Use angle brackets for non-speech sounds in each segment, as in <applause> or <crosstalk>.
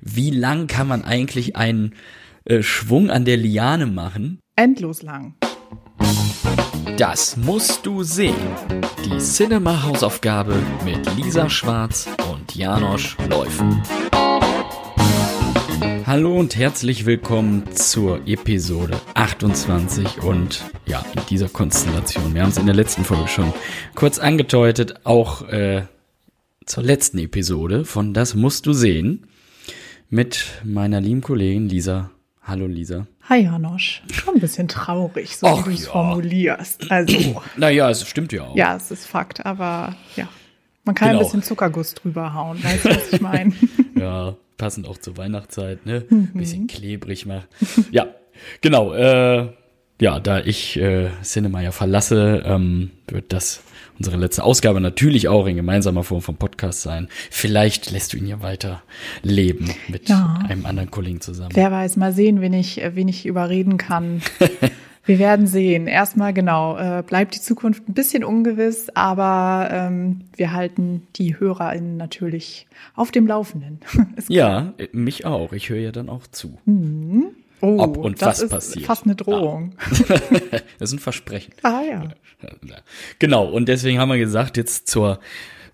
wie lang kann man eigentlich einen äh, Schwung an der Liane machen? Endlos lang. Das musst du sehen. Die Cinema Hausaufgabe mit Lisa Schwarz und Janosch Läufen. Hallo und herzlich willkommen zur Episode 28 und ja, in dieser Konstellation. Wir haben es in der letzten Folge schon kurz angedeutet, auch äh, zur letzten Episode von Das musst du sehen mit meiner lieben Kollegin Lisa. Hallo Lisa. Hi Janosch. Schon ein bisschen traurig, so Och, wie du es ja. formulierst. Also, Naja, es stimmt ja auch. ja, es ist Fakt, aber ja. Man kann Genau. ein bisschen Zuckerguss drüber hauen, weißt du, was <laughs> ich meine? Ja, passend auch zur Weihnachtszeit, ne? Mhm. Bisschen klebrig macht. Ja, genau. Äh, ja, da ich äh, Cinema ja verlasse, ähm, wird das unsere letzte Ausgabe natürlich auch in gemeinsamer Form vom Podcast sein. Vielleicht lässt du ihn ja weiter leben mit Ja. einem anderen Kollegen zusammen. Wer weiß, mal sehen, wen ich, äh, wen ich überreden <laughs> kann. Wir werden sehen. Erstmal genau, äh, bleibt die Zukunft ein bisschen ungewiss, aber ähm, wir halten die HörerInnen natürlich auf dem Laufenden. <laughs> Ist Ja, äh, mich auch. Ich höre ja dann auch zu. Oh, Ob und das was ist passiert. fast eine Drohung. <laughs> Das ist ein Versprechen. Ah, ja. Genau, und deswegen haben wir gesagt, jetzt zur,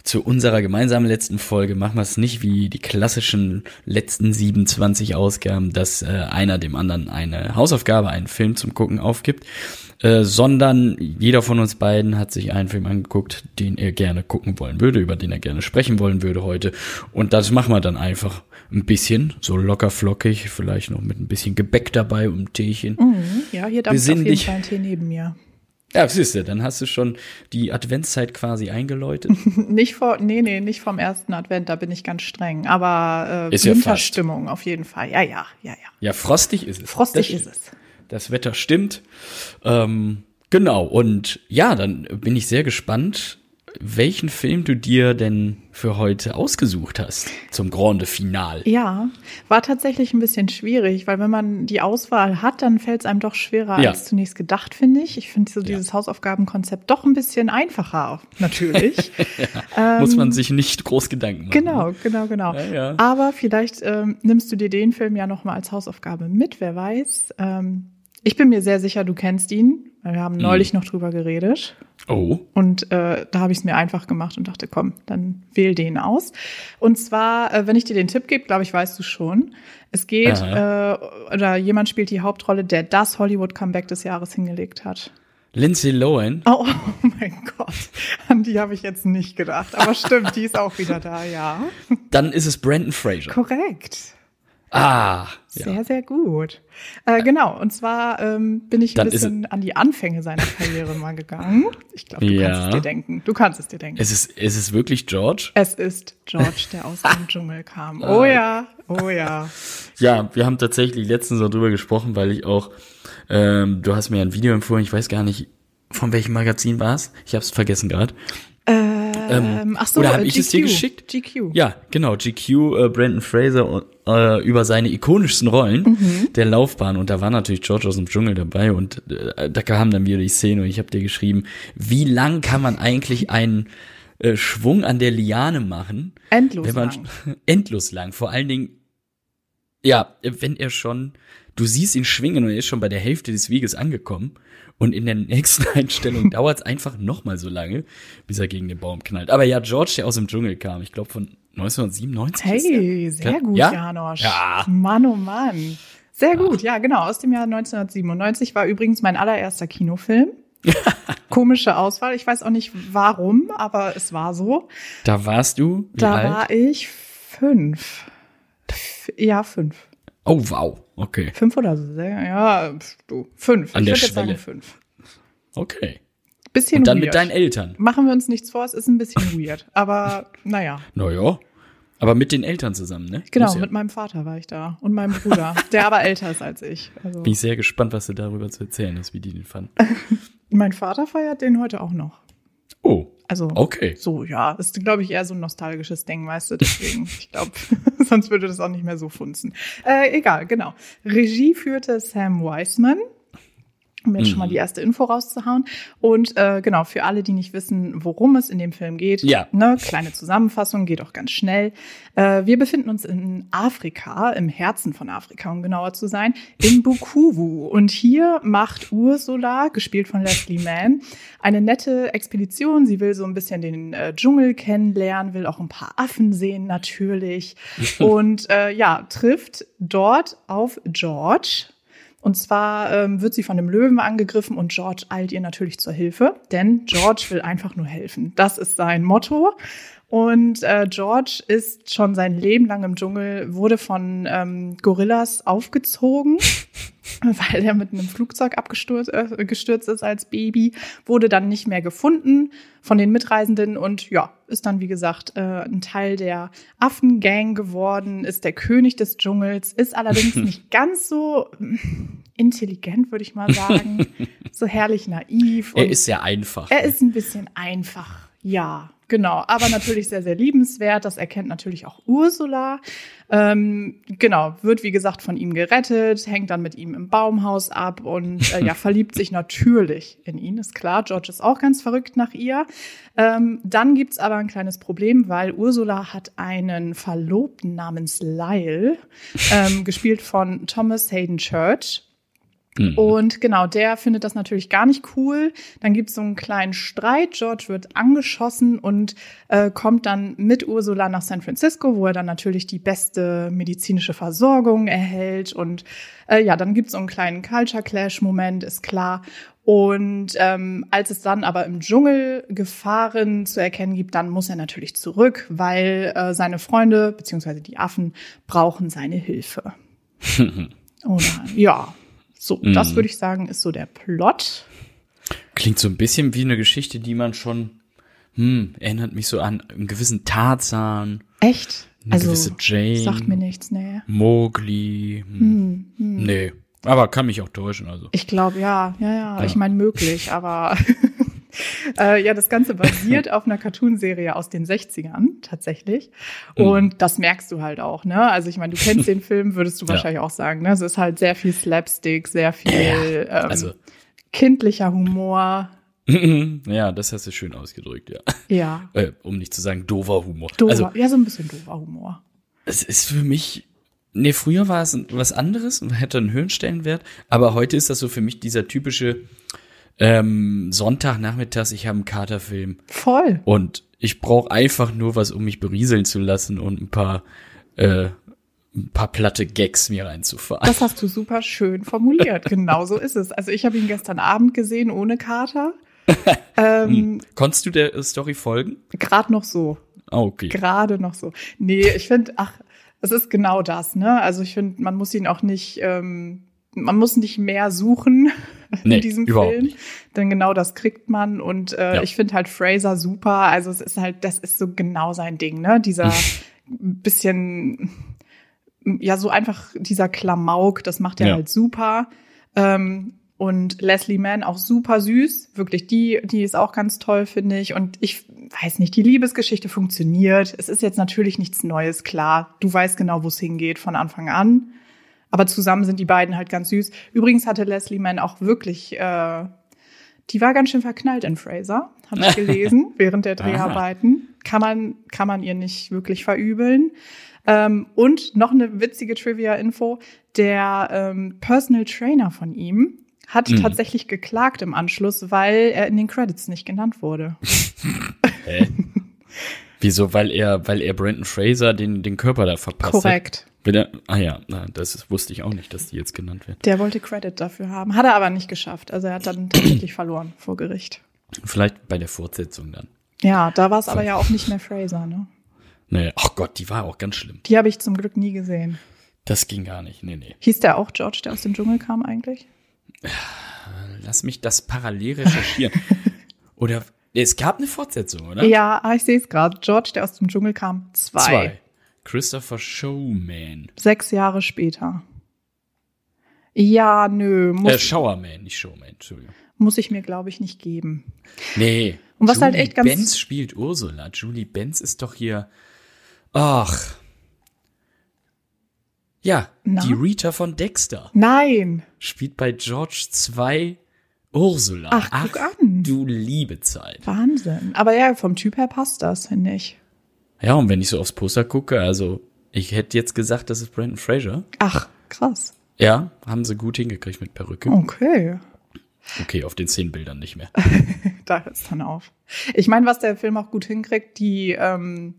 zu unserer gemeinsamen letzten Folge machen wir es nicht wie die klassischen letzten 27 Ausgaben, dass äh, einer dem anderen eine Hausaufgabe, einen Film zum Gucken aufgibt, äh, sondern jeder von uns beiden hat sich einen Film angeguckt, den er gerne gucken wollen würde, über den er gerne sprechen wollen würde heute. Und das machen wir dann einfach ein bisschen, so locker flockig, vielleicht noch mit ein bisschen Gebäck dabei und ein Teechen. Mhm. Ja, hier dampft auf jeden Besinnlich. Fall ein Tee neben mir. Ja, siehst du, dann hast du schon die Adventszeit quasi <laughs> eingeläutet. Nicht vor, nee, nee, nicht vom ersten Advent, da bin ich ganz streng. Aber äh, Ist ja fast. Winterstimmung auf jeden Fall. Ja, ja, ja, ja. Ja, frostig ist es. Frostig Das ist es. Das Wetter stimmt. Ähm, genau, und ja, dann bin ich sehr gespannt, welchen Film du dir denn für heute ausgesucht hast zum Grande Finale. Ja, war tatsächlich ein bisschen schwierig, weil wenn man die Auswahl hat, dann fällt es einem doch schwerer Ja. als zunächst gedacht, finde ich. Ich finde so dieses Hausaufgabenkonzept doch ein bisschen einfacher, <laughs> natürlich. Muss man sich nicht groß Gedanken machen. Ähm, Genau, genau, genau. Ja, ja. Aber vielleicht ähm, nimmst du dir den Film ja nochmal als Hausaufgabe mit, wer weiß. Ähm, ich bin mir sehr sicher, du kennst ihn. weil Wir haben Mhm. neulich noch drüber geredet. Oh, Und äh, da habe ich es mir einfach gemacht und dachte, komm, dann wähl den aus. Und zwar, äh, wenn ich dir den Tipp gebe, glaube ich, weißt du schon. Es geht, äh, oder jemand spielt die Hauptrolle, der das Hollywood-Comeback des Jahres hingelegt hat. Lindsay Lohan. Oh, <laughs> oh mein Gott, an die habe ich jetzt nicht gedacht. Aber stimmt, die ist auch wieder da, ja. Dann ist es Brandon Fraser. Korrekt. Ah, ja. Sehr, sehr gut. Äh, genau, und zwar ähm, bin ich ein Dann ist bisschen an die Anfänge seiner Karriere mal gegangen. Ich glaube, du kannst Ja. es dir denken. Du kannst es dir denken. Es ist, es ist wirklich George. Es ist George, der aus <laughs> Ah. dem Dschungel kam. Oh ja, oh ja. Ja, wir haben tatsächlich letztens darüber gesprochen, weil ich auch, ähm, du hast mir ein Video empfohlen, ich weiß gar nicht, von welchem Magazin war es? Ich hab's vergessen gerade. Ähm, ach so, oder hab äh, ich es dir GQ. geschickt? GQ. Ja, genau, GQ, äh, Brandon Fraser äh, über seine ikonischsten Rollen der Laufbahn. Und da war natürlich George aus dem Dschungel dabei und äh, da kam dann wieder die Szene und ich habe dir geschrieben, wie lang kann man eigentlich einen äh, Schwung an der Liane machen? Endlos wenn man, lang. <laughs> Endlos lang. Vor allen Dingen, ja, wenn er schon, du siehst ihn schwingen und er ist schon bei der Hälfte des Weges angekommen. Und in der nächsten <laughs> <laughs> Einstellung dauert es einfach nochmal so lange, bis er gegen den Baum knallt. Aber ja, George, der aus dem Dschungel kam, ich glaube von 1997. ist Hey, er. sehr gut, ja? Janosch. Ja. Ah. Mann, oh Mann. Sehr gut, ja, genau. Aus dem Jahr 1997 war übrigens mein <laughs> allererster Kinofilm. Komische Auswahl. Ich weiß auch nicht warum, aber es war so. Da warst du, wie Da alt? war ich fünf. F- Ja, fünf. oh, wow. Okay. Fünf oder so. sehr- Ja, pf, du. Fünf. An ich der würd jetzt sagen Schwelle. fünf. Okay. Bisschen Und dann weird. mit deinen Eltern. Machen wir uns nichts vor, es ist ein bisschen weird. Aber naja, Naja. Aber mit den Eltern zusammen, ne? genau, Muss ja. mit meinem Vater war ich da und meinem Bruder, der aber älter ist als ich. Also, Bin ich sehr gespannt, was du darüber zu erzählen hast, wie die den fanden. mein Vater feiert den heute auch noch. Oh, Also okay. so, ja, ist, glaube ich, eher so ein nostalgisches Ding, weißt du, deswegen, ich glaube, <laughs> sonst würde das auch nicht mehr so funzen. Äh, egal, genau. Regie führte Sam Wiseman. um Mhm. jetzt schon mal die erste Info rauszuhauen. Und äh, genau, für alle, die nicht wissen, worum es in dem Film geht, Ja. ne, kleine Zusammenfassung, geht auch ganz schnell. Äh, wir befinden uns in Afrika, im Herzen von Afrika, um genauer zu sein, in Bukuvu. Und hier macht Ursula, gespielt von Leslie Mann, eine nette Expedition. Sie will so ein bisschen den äh, Dschungel kennenlernen, will auch ein paar Affen sehen natürlich. Und äh, ja, trifft dort auf George. Und zwar ähm, wird sie von dem Löwen angegriffen und George eilt ihr natürlich zur Hilfe, denn George will einfach nur helfen. Das ist sein Motto. Und äh, George ist schon sein Leben lang im Dschungel, wurde von ähm, Gorillas aufgezogen, <laughs> weil er mit einem Flugzeug abgestürzt äh, gestürzt ist als Baby, wurde dann nicht mehr gefunden von den Mitreisenden und ja, ist dann, wie gesagt, äh, ein Teil der Affengang geworden, ist der König des Dschungels, ist allerdings nicht ganz so mm, intelligent, würde ich mal sagen, so herrlich naiv. Er und- ist sehr einfach. ne? er ist ein bisschen einfach, ja, genau. Aber natürlich sehr, sehr liebenswert. Das erkennt natürlich auch Ursula. Ähm, genau, wird wie gesagt von ihm gerettet, hängt dann mit ihm im Baumhaus ab und äh, ja, verliebt sich natürlich in ihn, ist klar. George ist auch ganz verrückt nach ihr. Ähm, dann gibt's aber ein kleines Problem, weil Ursula hat einen Verlobten namens Lyle, ähm, gespielt von Thomas Hayden Church. Mhm. Und genau, der findet das natürlich gar nicht cool. Dann gibt es so einen kleinen Streit. George wird angeschossen und äh, kommt dann mit Ursula nach San Francisco, wo er dann natürlich die beste medizinische Versorgung erhält. Und äh, ja, dann gibt es so einen kleinen Culture Clash-Moment, ist klar. Und ähm, als es dann aber im Dschungel Gefahren zu erkennen gibt, dann muss er natürlich zurück, weil äh, seine Freunde beziehungsweise die Affen brauchen seine Hilfe. Oder ja. So, das Mhm. würde ich sagen, ist so der Plot. Klingt so ein bisschen wie eine Geschichte, die man schon, hm, erinnert mich so an einen gewissen Tarzan, Echt? eine Also gewisse Jane, sagt mir nichts, nee. Mowgli. Hm. Hm, hm. Nee, aber kann mich auch täuschen. Also. Ich glaube, ja, ja, ja. Ja. Ich meine, möglich, aber <laughs> äh, ja, das <laughs> Ganze basiert auf einer Cartoonserie aus den 60ern tatsächlich. Mm. Und das merkst du halt auch, ne? Also ich meine, du <laughs> kennst den Film, würdest du Ja. wahrscheinlich auch sagen, ne? Es ist halt sehr viel Slapstick, sehr viel ähm, also- <laughs> kindlicher Humor. ja, das hast du schön ausgedrückt, ja. Ja. Äh, um nicht zu sagen, dover Humor. Dover, Also, ja, so ein bisschen dover Humor. es ist für mich. Nee, früher war es was anderes und hätte einen höheren Stellenwert, aber heute ist das so für mich dieser typische ähm, Sonntagnachmittags, ich habe einen Katerfilm Voll. und ich brauche einfach nur was, um mich berieseln zu lassen und ein paar äh, ein paar platte Gags mir reinzufahren. Das hast du super schön formuliert. Genau so ist es. Also ich habe ihn gestern Abend gesehen <laughs> ohne Kater. Ähm, Konntest du der äh, Story folgen? Gerade noch so. Ah, okay. Gerade noch so. Nee, ich finde, ach, es ist genau das, ne? Also ich finde, man muss ihn auch nicht, ähm, man muss nicht mehr suchen <laughs> Nee, in diesem überhaupt Film. Denn genau das kriegt man. Und äh, Ja. ich finde halt Fraser super. Also es ist halt, das ist so genau sein Ding, ne? <laughs> Dieser bisschen, ja, so einfach dieser Klamauk, das macht er Ja. halt super. Ähm, und Leslie Mann auch super süß, wirklich die, die ist auch ganz toll, finde ich. Und ich weiß nicht, die Liebesgeschichte funktioniert. Es ist jetzt natürlich nichts Neues, klar. Du weißt genau, wo es hingeht von Anfang an. Aber zusammen sind die beiden halt ganz süß. Übrigens hatte Leslie Mann auch wirklich, äh, die war ganz schön verknallt in Fraser, habe ich gelesen, während der Aha. Dreharbeiten. Kann man, kann man ihr nicht wirklich verübeln. Ähm, und noch eine witzige Trivia-Info: Der ähm, Personal Trainer von ihm hat Mhm. tatsächlich geklagt im Anschluss, weil er in den Credits nicht genannt wurde. Hä? Wieso? Weil er, weil er Brandon Fraser den, den Körper da verpasst hat. Korrekt. Will er, ah ja, na, das ist, wusste ich auch nicht, dass die jetzt genannt werden. Der wollte Credit dafür haben, hat er aber nicht geschafft. Also er hat dann tatsächlich verloren vor Gericht. Vielleicht bei der Fortsetzung dann. Ja, da war es aber ja auch nicht mehr Fraser, ne? Nee, ach Gott, die war auch ganz schlimm. Die habe ich zum Glück nie gesehen. Das ging gar nicht. Nee, nee. Hieß der auch George, der aus dem Dschungel kam eigentlich? Lass mich das parallel <laughs> recherchieren. Oder es gab eine Fortsetzung, oder? Ja, ah, ich sehe es gerade. George, der aus dem Dschungel kam, zwei. Zwei. Christopher Showman. Sechs Jahre später. Ja, nö, muss, Äh, Showerman, nicht Showman, Entschuldigung. muss ich mir, glaube ich, nicht geben. Nee. Und was Julie halt echt ganz- Benz spielt Ursula. Julie Benz ist doch hier. Ach. Ja, Na? die Rita von Dexter Nein, spielt bei George 2 Ursula. Ach, guck an. du liebe Zeit. Wahnsinn. Aber ja, vom Typ her passt das, finde ich. Ja, und wenn ich so aufs Poster gucke, also ich hätte jetzt gesagt, das ist Brandon Fraser. Ach, krass. Ja, haben sie gut hingekriegt mit Oh. Perücke. Okay. Okay, auf den zehn Bildern nicht mehr. da hört es dann auf. Ich meine, was der Film auch gut hinkriegt, die ähm,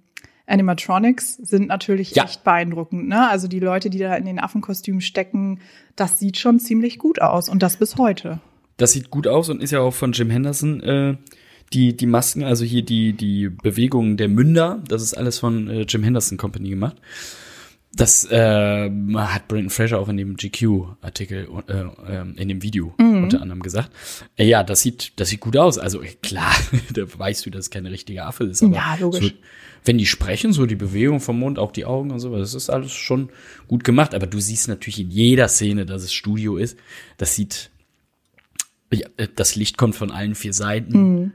Animatronics sind natürlich Ja. echt beeindruckend. Ne? Also die Leute, die da in den Affenkostümen stecken, das sieht schon ziemlich gut aus und das bis heute. Das sieht gut aus und ist ja auch von Jim Henderson. Äh, die, die Masken, also hier die, die Bewegungen der Münder, das ist alles von äh, Jim Henderson Company gemacht. Das äh, hat Brendan Fraser auch in dem GQ-Artikel, äh, ähm, in dem Video Mhm. unter anderem gesagt. Äh, ja, das sieht, das sieht gut aus. Also äh, klar, <laughs> da weißt du, dass es kein richtiger Affe ist. Aber Ja, logisch. So, wenn die sprechen, so die Bewegung vom Mund, auch die Augen und so, das ist alles schon gut gemacht. Aber du siehst natürlich in jeder Szene, dass es Studio ist. Das sieht, ja, äh, das Licht kommt von allen vier Seiten. Hm.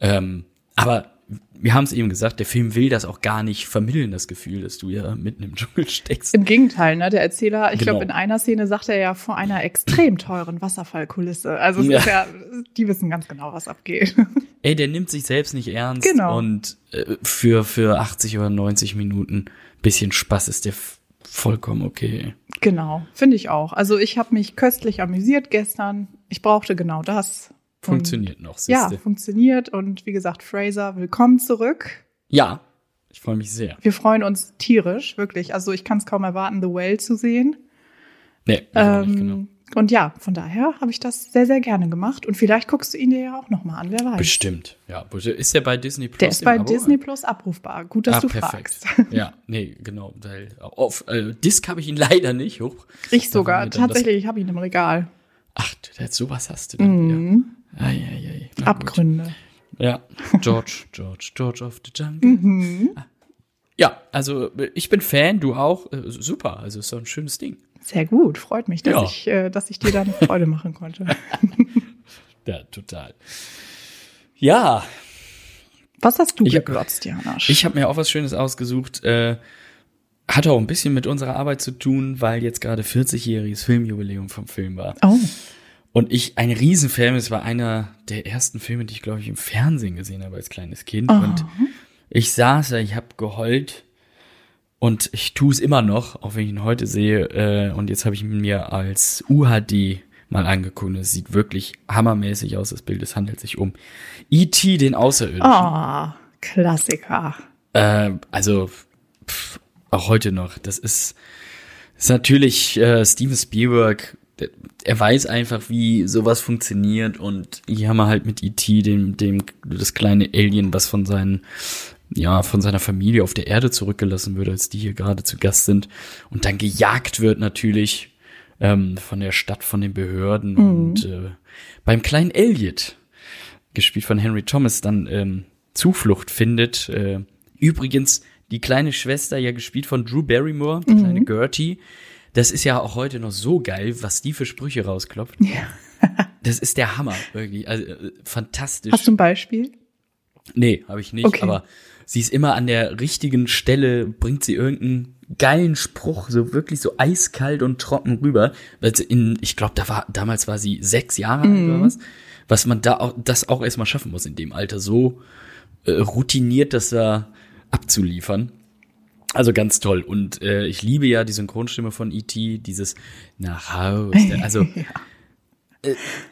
Ähm, aber wir haben es eben gesagt, der Film will das auch gar nicht vermitteln, das Gefühl, dass du ja mitten im <laughs> Dschungel steckst. Im Gegenteil, ne? Der Erzähler, ich Genau. glaube, in einer Szene sagt er ja vor einer extrem teuren Wasserfallkulisse. Also es Ja. ist ja, die wissen ganz genau, was abgeht. <laughs> Ey, der nimmt sich selbst nicht ernst. Genau. Und äh, für, für 80 oder 90 Minuten bisschen Spaß ist der f- vollkommen okay. genau, finde ich auch. Also ich habe mich köstlich amüsiert gestern. Ich brauchte genau das. Funktioniert noch, Und, ja, siehste. funktioniert. Und wie gesagt, Fraser, willkommen zurück. Ja, ich freue mich sehr. Wir freuen uns tierisch, wirklich. Also ich kann es kaum erwarten, The Whale zu sehen. Nee, ich auch Ähm, nicht genau. Und ja, von daher habe ich das sehr, sehr gerne gemacht. Und vielleicht guckst du ihn dir ja auch noch mal an, wer weiß. Bestimmt. Ja, ist der bei Disney Plus? Der ist im bei Abo? Disney Plus abrufbar. Gut, dass ah, du perfekt. fragst. <laughs> Ja, nee, genau. Weil auf äh, Disc habe ich ihn <laughs> leider nicht. Hoch. Ich Da war sogar, mir dann das- tatsächlich, ich habe ihn im Regal. Ach, das, sowas hast du dann wieder. Mhm. Ei, ei, ei. Na gut. Abgründe. Ja, George, George, George of the Jungle. Ah. Ja, also äh, ich bin Fan, du auch. Äh, Super, also ist doch ein schönes Ding. Sehr gut, freut mich, dass, Ja. ich, äh, dass ich dir da eine Freude <laughs> machen konnte. Ja, total. Ja, Was hast du Ich- geglotzt, Janasch? ich habe mir auch was Schönes ausgesucht. Äh, hat auch ein bisschen mit unserer Arbeit zu tun, weil jetzt gerade 40-jähriges Filmjubiläum vom Film war. oh, Und ich, ein Riesenfilm, es war einer der ersten Filme, die ich, glaube ich, im Fernsehen gesehen habe als kleines Kind. Und ich saß da, ich habe geheult und ich tue es immer noch, auch wenn ich ihn heute sehe. Äh, und jetzt habe ich ihn mir als UHD mal angeguckt. Es sieht wirklich hammermäßig aus, das Bild. Es handelt sich um E.T., den Außerirdischen. oh, Klassiker. Äh, also pff, auch heute noch. Das ist, ist natürlich äh, Steven Spielberg. der- Er weiß einfach, wie sowas funktioniert und hier haben wir halt mit E.T. dem dem das kleine Alien, was von seinen ja von seiner Familie auf der Erde zurückgelassen wird, als die hier gerade zu Gast sind und dann gejagt wird natürlich ähm, von der Stadt, von den Behörden Mhm. und äh, beim kleinen Elliot gespielt von Henry Thomas, dann ähm, Zuflucht findet. Äh, übrigens die kleine Schwester, ja gespielt von Drew Barrymore, Mhm. die kleine Gertie. Das ist ja auch heute noch so geil, was die für Sprüche rausklopft. das ist der Hammer, wirklich. Also, äh, fantastisch. Hast du ein Beispiel? Nee, habe ich nicht. Okay. Aber sie ist immer an der richtigen Stelle, bringt sie irgendeinen geilen Spruch, so wirklich so eiskalt und trocken rüber. Also in, ich glaube, da war, damals war sie sechs Jahre alt oder was. Was man da auch, das auch erstmal schaffen muss in dem Alter, so äh, routiniert das da abzuliefern. Also ganz toll. Und äh, ich liebe ja die Synchronstimme von E.T., dieses nach Hause. Also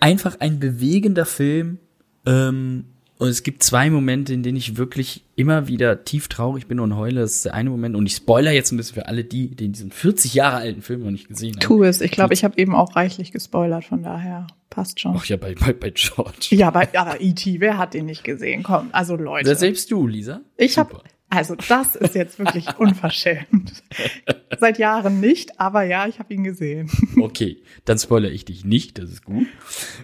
einfach ein bewegender Film. Ähm, und es gibt zwei Momente, in denen ich wirklich immer wieder tief traurig bin und heule. Das ist der eine Moment. Und ich spoiler jetzt ein bisschen für alle die, die diesen 40 Jahre alten Film noch nicht gesehen haben. Tu es. Ich glaube, ich habe eben auch reichlich gespoilert, von daher passt schon. Ach ja, bei, bei, bei George. Ja, aber, aber E.T., wer hat den nicht gesehen? Komm, also Leute. Oder selbst du, Lisa? Ich habe, Super. also das ist <laughs> jetzt wirklich unverschämt. Seit Jahren nicht, aber ja, ich habe ihn gesehen. <laughs> Okay, dann spoilere ich dich nicht, das ist gut.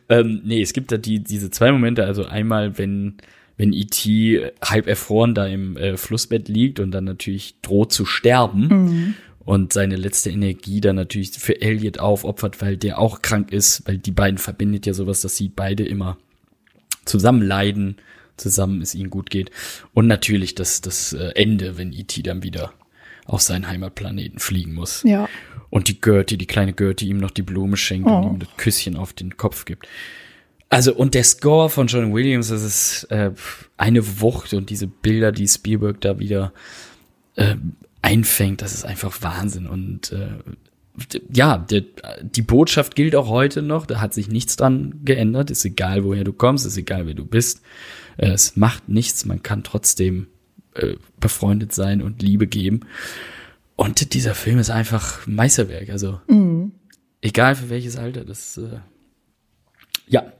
Ähm, nee, es gibt da die, diese zwei Momente, also einmal, wenn, wenn E.T. halb erfroren da im äh, Flussbett liegt und dann natürlich droht zu sterben und seine letzte Energie dann natürlich für Elliot aufopfert, weil der auch krank ist, weil die beiden verbindet ja sowas, dass sie beide immer zusammen leiden, zusammen es ihnen gut geht. Und natürlich das, das äh, Ende, wenn E.T. dann wieder auf seinen Heimatplaneten fliegen muss. Ja. Und die Gertie, die kleine Gertie, ihm noch die Blume schenkt Oh. und ihm das Küsschen auf den Kopf gibt. Also und der Score von John Williams, das ist äh, eine Wucht und diese Bilder, die Spielberg da wieder äh, einfängt, das ist einfach Wahnsinn und äh, ja, die, die Botschaft gilt auch heute noch, da hat sich nichts dran geändert, ist egal, woher du kommst, ist egal, wer du bist. Äh, Es macht nichts, man kann trotzdem äh, befreundet sein und Liebe geben. Und dieser Film ist einfach Meisterwerk, also Mhm. egal für welches Alter, das äh, ja,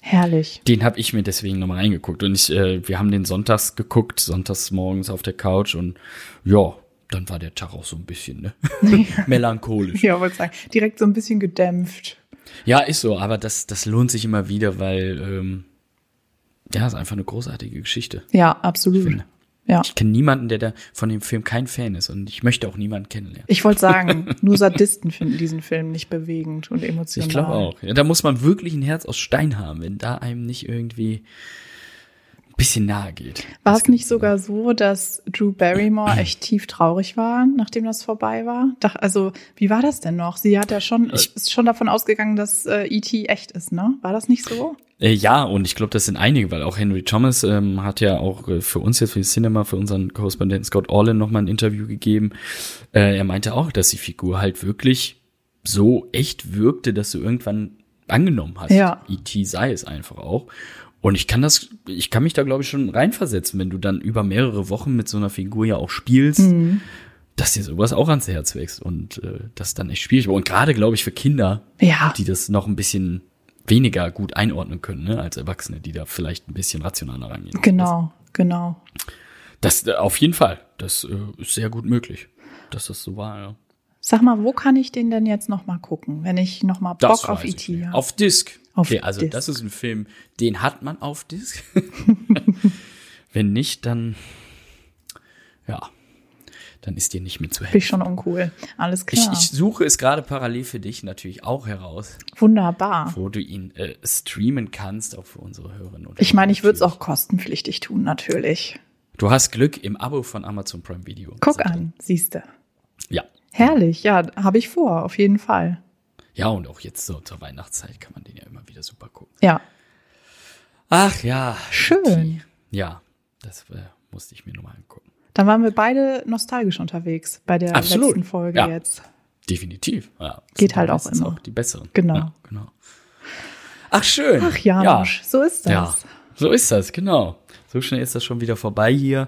Herrlich. den habe ich mir deswegen nochmal reingeguckt und ich äh, wir haben den sonntags geguckt, sonntags morgens auf der Couch und ja, dann war der Tag auch so ein bisschen, ne? <laughs> Melancholisch. Ja, wollte sagen. Direkt so ein bisschen gedämpft. Ja, ist so, aber das, das lohnt sich immer wieder, weil ähm, ja, ist einfach eine großartige Geschichte. Ja, absolut. Finde. Ja. Ich kenne niemanden, der da von dem Film kein Fan ist und ich möchte auch niemanden kennenlernen. <laughs> Ich wollte sagen, nur Sadisten finden diesen Film nicht bewegend und emotional. Ich glaube auch. Ja, da muss man wirklich ein Herz aus Stein haben, wenn da einem nicht irgendwie ein bisschen nahe geht. War Das es nicht sogar so, dass Drew Barrymore echt tief traurig war, nachdem das vorbei war? Dach, also, wie war das denn noch? Sie hat ja schon, Ich- ist schon davon ausgegangen, dass äh, E.T. echt ist, ne? War das nicht so? Äh, ja, und ich glaube, das sind einige, weil auch Henry Thomas ähm, hat ja auch äh, für uns jetzt, für das Cinema, für unseren Korrespondenten Scott Orlin nochmal ein Interview gegeben. Äh, er meinte auch, dass die Figur halt wirklich so echt wirkte, dass du irgendwann angenommen hast. Ja. E.T. sei es einfach auch. Und ich kann das, ich kann mich da glaube ich schon reinversetzen, wenn du dann über mehrere Wochen mit so einer Figur ja auch spielst, dass dir sowas auch ans Herz wächst und äh, das dann echt schwierig war. Und gerade glaube ich für Kinder Ja. die das noch ein bisschen weniger gut einordnen können, ne, als Erwachsene, die da vielleicht ein bisschen rationaler rangehen. Genau, genau. Das, das äh, auf jeden Fall. Das äh, ist sehr gut möglich, dass das so war. Ja. Sag mal, wo kann ich den denn jetzt nochmal gucken, wenn ich nochmal Bock Das auf weiß ich E.T. nicht. habe? Auf Disc. Auf okay, also Disc. das ist ein Film, den hat man auf <laughs> Disc. Wenn nicht, dann ja, dann ist dir nicht Bin mitzuhelfen. ich schon uncool. Alles Ich, klar. ich suche es gerade parallel für dich natürlich auch heraus, Wunderbar. wo du ihn äh, streamen kannst, auch für unsere Hörerinnen und Ich meine, ich würde es Natürlich. auch kostenpflichtig tun, natürlich. Du hast Glück im Abo von Amazon Prime Video. Guck Ist er drin. an, siehste. Ja. Herrlich, ja, habe ich vor, auf jeden Fall. Ja, und auch jetzt so zur Weihnachtszeit kann man den ja immer wieder super gucken. Ja, Ach ja. schön. Ja, das äh, musste ich mir nochmal angucken. Dann waren wir beide nostalgisch unterwegs bei der Absolut, letzten Folge ja. jetzt. Definitiv. Ja, Geht Sind halt auch meistens immer. auch die besseren. Genau. Ja, genau. Ach, schön. Ach ja, ja. Mensch, so ist das. Ja, so ist das, genau. So schnell ist das schon wieder vorbei hier.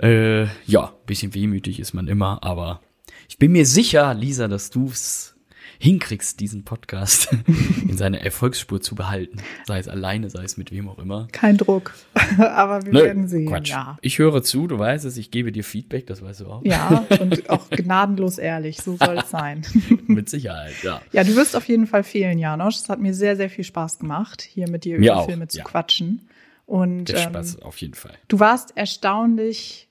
Äh, ja, bisschen wehmütig ist man immer, aber ich bin mir sicher, Lisa, dass du es hinkriegst, diesen Podcast <laughs> in seiner Erfolgsspur zu behalten. Sei es alleine, sei es mit wem auch immer. Kein Druck, <laughs> aber wir werden sehen. Quatsch. Ja. Ich höre zu, du weißt es, ich gebe dir Feedback, das weißt du auch. ja, und auch gnadenlos ehrlich, so soll es sein. <laughs> Mit Sicherheit, ja. Ja, du wirst auf jeden Fall fehlen, Janosch. Es hat mir sehr, sehr viel Spaß gemacht, hier mit dir Mir über auch, Filme zu ja. quatschen. Und Der ähm, Spaß auf jeden Fall. du warst erstaunlich